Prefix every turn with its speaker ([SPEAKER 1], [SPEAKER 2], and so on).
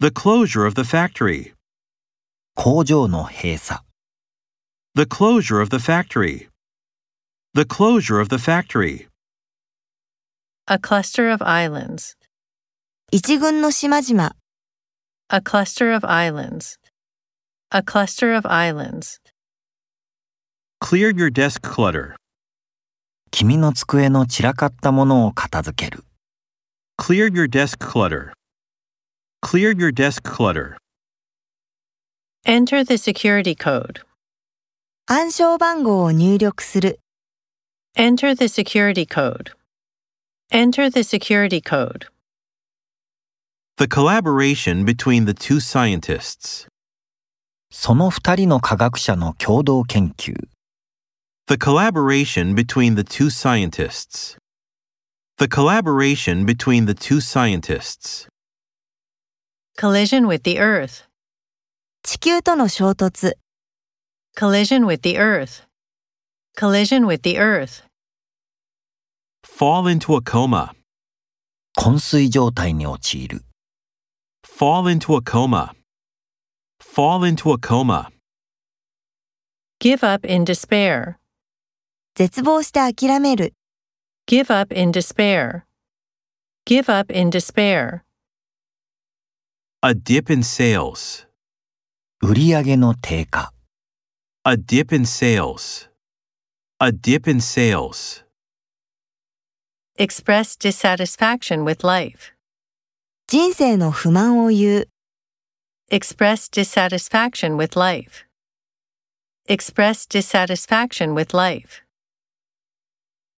[SPEAKER 1] The closure of the factory.
[SPEAKER 2] 工場の閉鎖
[SPEAKER 1] The closure of the factory. The closure of the factory.
[SPEAKER 3] A cluster of islands.
[SPEAKER 4] 一軍の島々、
[SPEAKER 3] A cluster of islands. A cluster of islands.
[SPEAKER 1] Clear your desk clutter.
[SPEAKER 2] 君の机の散らかったものを片付ける
[SPEAKER 1] Clear your desk clutter. Clear your desk clutter.
[SPEAKER 3] Enter the security code.
[SPEAKER 4] 暗証番号を入力する、
[SPEAKER 3] Enter the security code. Enter the security code.
[SPEAKER 1] The collaboration between the two scientists.
[SPEAKER 2] その2人の科学者の共同研究
[SPEAKER 1] The collaboration between the two scientists. The collaboration between the two scientists.
[SPEAKER 3] Collision with the earth.
[SPEAKER 4] 地球との衝突、
[SPEAKER 3] Collision with the earth. Collision with the earth.
[SPEAKER 1] Fall into a coma.
[SPEAKER 2] 昏睡状態に陥る
[SPEAKER 1] Fall into a coma. Fall into a coma.
[SPEAKER 3] Give up in despair.
[SPEAKER 4] 絶望して諦める、
[SPEAKER 3] Give up in despair. Give up in despair.
[SPEAKER 1] A dip in sales.
[SPEAKER 2] 売上の低下
[SPEAKER 1] A dip in sales. A dip in sales.
[SPEAKER 3] Express dissatisfaction with life.
[SPEAKER 4] 人生の不満を言う、
[SPEAKER 3] Express dissatisfaction with life. Express dissatisfaction with life.